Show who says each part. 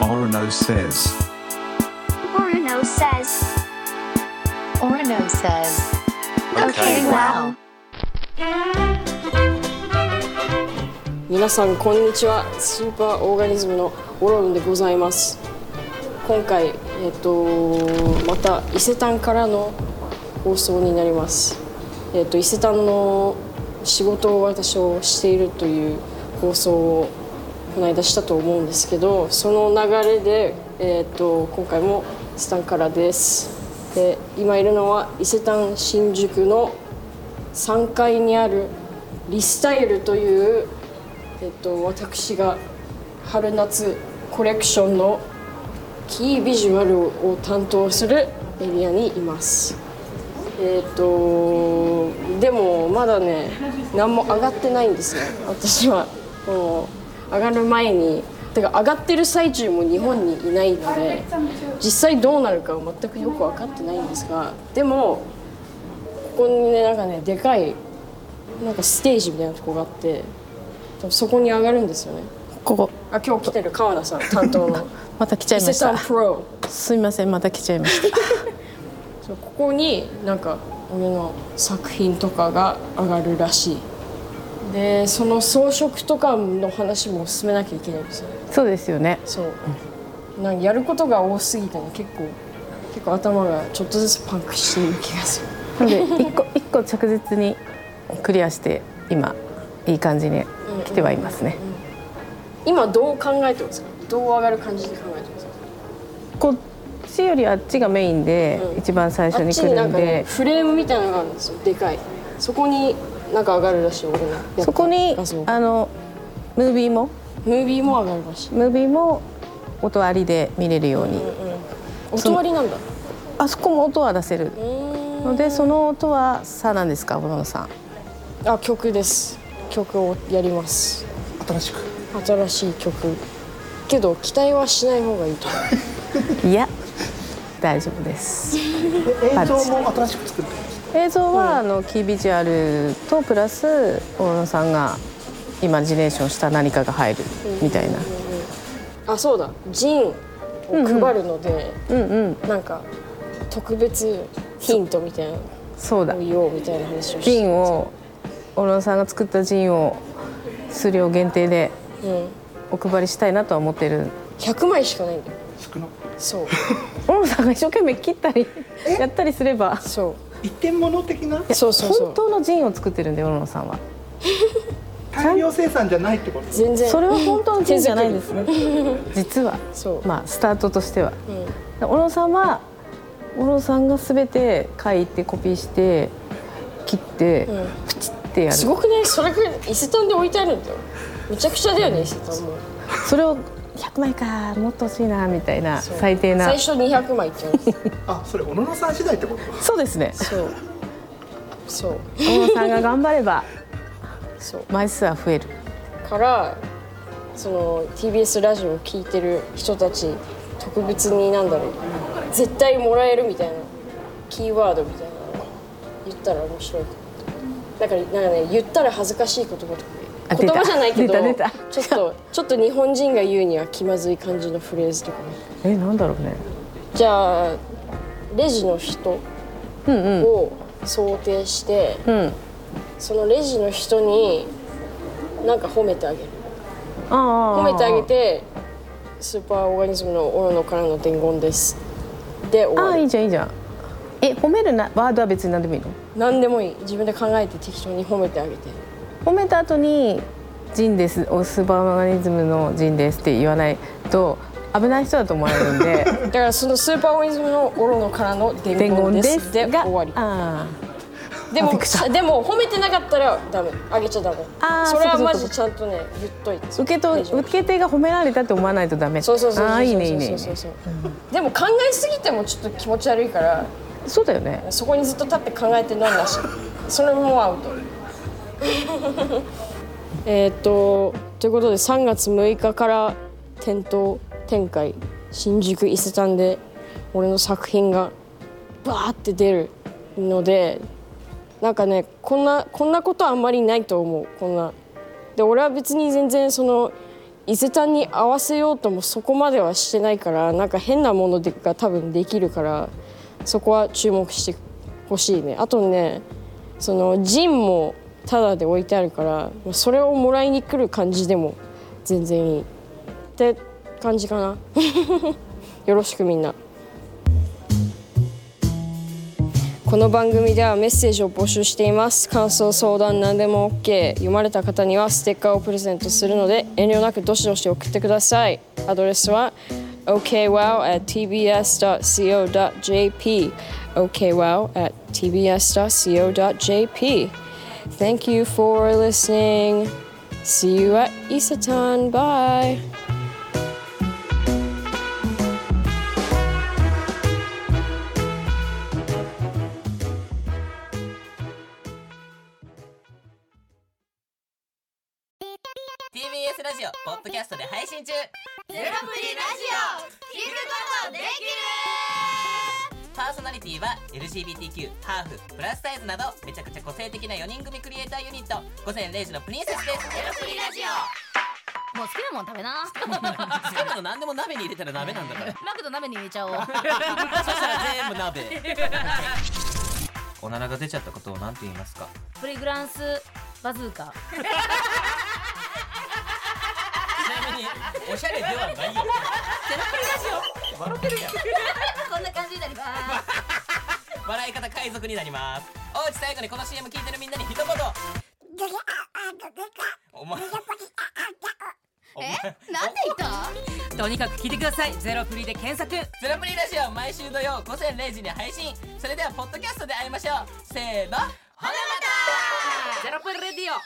Speaker 1: Orono says.
Speaker 2: Orono says.
Speaker 3: Orono says.
Speaker 2: Okay, wow.
Speaker 4: 皆さんこんにちはスーパーオーガニズムのオロンでございます今回えっとまた伊勢丹からの放送になりますえっと伊勢丹の仕事を私をしているという放送をこの間したと思うんですけどその流れでえっと今回も伊勢丹からですで今いるのは伊勢丹新宿の3階にあるリスタイルというえっと、私が春夏コレクションのキービジュアルを担当するエリアにいますえっとでもまだね何も上がってないんですね私はもう上がる前にてか上がってる最中も日本にいないので実際どうなるかは全くよく分かってないんですがでもここにねなんかねでかいなんかステージみたいなとこがあってそこに上がるんですよね
Speaker 5: ここ
Speaker 4: あ今日来てる川田さん担 当の
Speaker 5: また来ちゃ
Speaker 4: 伊
Speaker 5: いま
Speaker 4: 勢
Speaker 5: し
Speaker 4: さん
Speaker 5: た
Speaker 4: プロ
Speaker 5: すみませんまた来ちゃいました
Speaker 4: そうここになんか俺の作品とかが上がるらしいでその装飾とかの話も進めなきゃいけないんですよね
Speaker 5: そうですよね
Speaker 4: そうなんかやることが多すぎてね結構結構頭がちょっとずつパンクしている気がする
Speaker 5: なので一個一個着実にクリアして今いい感じに来てはいますね、
Speaker 4: 今どう考えてますかどう上がる感じで考えてますか
Speaker 5: こっちよりあっちがメインで、
Speaker 4: うん
Speaker 5: 一番最初
Speaker 4: あっ
Speaker 5: に
Speaker 4: ち
Speaker 5: 来
Speaker 4: にな
Speaker 5: る
Speaker 4: ん
Speaker 5: ん
Speaker 4: かね
Speaker 5: で
Speaker 4: フレームみたいなのがあるんですよでかいそこになんか上がるらしい俺のやった
Speaker 5: そこに
Speaker 4: 画像
Speaker 5: あのムービーも
Speaker 4: ムービーも上がるらしい
Speaker 5: ムービーも音ありで見れるように、
Speaker 4: お泊まりなんだ
Speaker 5: あそこも音は出せる
Speaker 4: うーん
Speaker 5: のでその音はさなんですか小野さん
Speaker 4: あ曲です曲をやります
Speaker 6: 新しく
Speaker 4: 新しい曲けど期待はしない方がいいと思
Speaker 5: いや大丈夫です
Speaker 6: 映像も新しく作って
Speaker 5: 映像は、あのキービジュアルとプラス大野さんがイマジネーションした何かが入るみたいな、
Speaker 4: うあそうだジンを配るので、
Speaker 5: うんうん
Speaker 4: なんか特別ヒントみたいな
Speaker 5: そうだ
Speaker 4: のを言おうみたいな話をして
Speaker 5: ジンを小野さんが作ったジンを数量限定で
Speaker 4: うん、
Speaker 5: お配りしたいなとは思ってる
Speaker 4: 100枚しかないんだよ
Speaker 6: 少な
Speaker 4: そう
Speaker 5: 小野さんが一生懸命切ったりやったりすれば
Speaker 4: そ
Speaker 6: 一点物的な
Speaker 4: うそうそうそう
Speaker 5: 本当のジンを作ってるんで小野さんは
Speaker 6: 大量生産じゃないってこと
Speaker 4: 全然
Speaker 5: それは本当のジンじゃないですね実は
Speaker 4: そう
Speaker 5: まあスタートとしては
Speaker 4: うん
Speaker 5: 小野さんは小野さんが全て書いてコピーして切って、
Speaker 4: ん
Speaker 5: プチってやる
Speaker 4: すごくないそれくらい伊勢丹で置いてあるんだよむちゃくちゃだよね伊勢丹も
Speaker 5: それを100枚かもっと欲しいなみたいな
Speaker 4: そう
Speaker 5: 最低な
Speaker 4: 最初200枚いっちゃうん です
Speaker 6: あそれ小野さん次第ってこと
Speaker 5: そうですね
Speaker 4: そう。そう。
Speaker 5: 小野さんが頑張れば
Speaker 4: そう。
Speaker 5: 枚数は増える
Speaker 4: から。その TBS ラジオを聞いてる人たち特別になんだろう絶対もらえるみたいなキーワードみたいなのを言ったら面白いだからなんかね言ったら恥ずかしい言葉とか
Speaker 5: あ出
Speaker 4: 言
Speaker 5: た
Speaker 4: 葉じゃないけど
Speaker 5: 出た出た
Speaker 4: ちょっとちょっと日本人が言うには気まずい感じのフレーズとかね
Speaker 5: えなんだろうね
Speaker 4: じゃあレジの人
Speaker 5: うんうん
Speaker 4: を想定して、
Speaker 5: うん
Speaker 4: そのレジの人になんか褒めてあげる
Speaker 5: ああ
Speaker 4: 褒めてあげて「スーパーオーガニズムのオロノからの伝言です」で終
Speaker 5: あ
Speaker 4: わ
Speaker 5: あいい
Speaker 4: る
Speaker 5: じゃんいいじゃんえ褒めるなワードは別に何でもいいの
Speaker 4: 何でもいい自分で考えて適当に褒めてあげて
Speaker 5: 褒めた後に「ジンです」お「スーパーマガニズムのジンです」って言わないと危ない人だと思われるんで
Speaker 4: だからそのスーパーオーガニズムのオロノからの 伝
Speaker 5: 伝
Speaker 4: 言
Speaker 5: 言
Speaker 4: で
Speaker 5: ですす
Speaker 4: で
Speaker 5: が
Speaker 4: 終わり
Speaker 5: あ
Speaker 4: でも
Speaker 5: びっくりした
Speaker 4: でも褒めてなかったらダメあげちゃダメ
Speaker 5: あー
Speaker 4: それは
Speaker 5: そうか
Speaker 4: マ
Speaker 5: そうか
Speaker 4: ジちゃんとね言っといて
Speaker 5: ー受けと
Speaker 4: 大丈夫
Speaker 5: 受け手が褒められたって思わないとダメ
Speaker 4: そうそうそうそう
Speaker 5: あ
Speaker 4: そ
Speaker 5: あ
Speaker 4: う
Speaker 5: いい
Speaker 4: そ
Speaker 5: ねいいねいうい
Speaker 4: そ
Speaker 5: ね
Speaker 4: うそうでも考えすぎてもちょっと気持ち悪いから
Speaker 5: そうだよね
Speaker 4: そこにずっと立って考えてなんだし それもアウト えーっとということで3月6日から店頭展開新宿伊勢丹で俺の作品がバーって出るのでなんかねこんなこんなことあんまりないと思うこんなで俺は別に全然その伊勢丹に合わせようともそこまではしてないからなんか変なものでが多分できるからそこは注目してほしいねあとねそのジンもタダで置いてあるからそれをもらいに来る感じでも全然いいって感じかな よろしくみんなこの番組ではメッセージを募集しています感想相談何でも OK 読まれた方にはステッカーをプレゼントするので遠慮なくどしどし送ってくださいアドレスは okwow.tbs.co.jp okwow.tbs.co.jp Thank you for listening See you at Isatan Bye
Speaker 1: TBS ラジオポッドキャストで配信中ゼロプリラジオ聞くことできるパーソナリティは LGBTQ ハーフプラスサイズなどめちゃくちゃ個性的な4人組クリエイターユニット午前0時のプリンセスですゼロプリラジ
Speaker 7: もう好きなもん食 べ
Speaker 1: オ
Speaker 7: な
Speaker 1: 好きなの何でも鍋に入れたら鍋なんだ から
Speaker 7: マクド鍋に入れちゃお う
Speaker 1: そしたら全部 鍋おならが出ちゃったことを何て言いますか
Speaker 7: プリグランスバズーカ
Speaker 1: ちなみにおしゃれではないよゼロプリラジオ笑ってるやん
Speaker 7: こんな感じになります
Speaker 1: 笑い方海賊になりますおうち最後にこの CM 聞いてるみんなに一言お前お前
Speaker 7: なんで言った
Speaker 8: とにかく聞いてくださいゼロプリで検索
Speaker 1: ゼロプリラジオ毎週土曜午前0時に配信それではポッドキャストで会いましょうせーのほなまた
Speaker 8: ゼロプリレディオ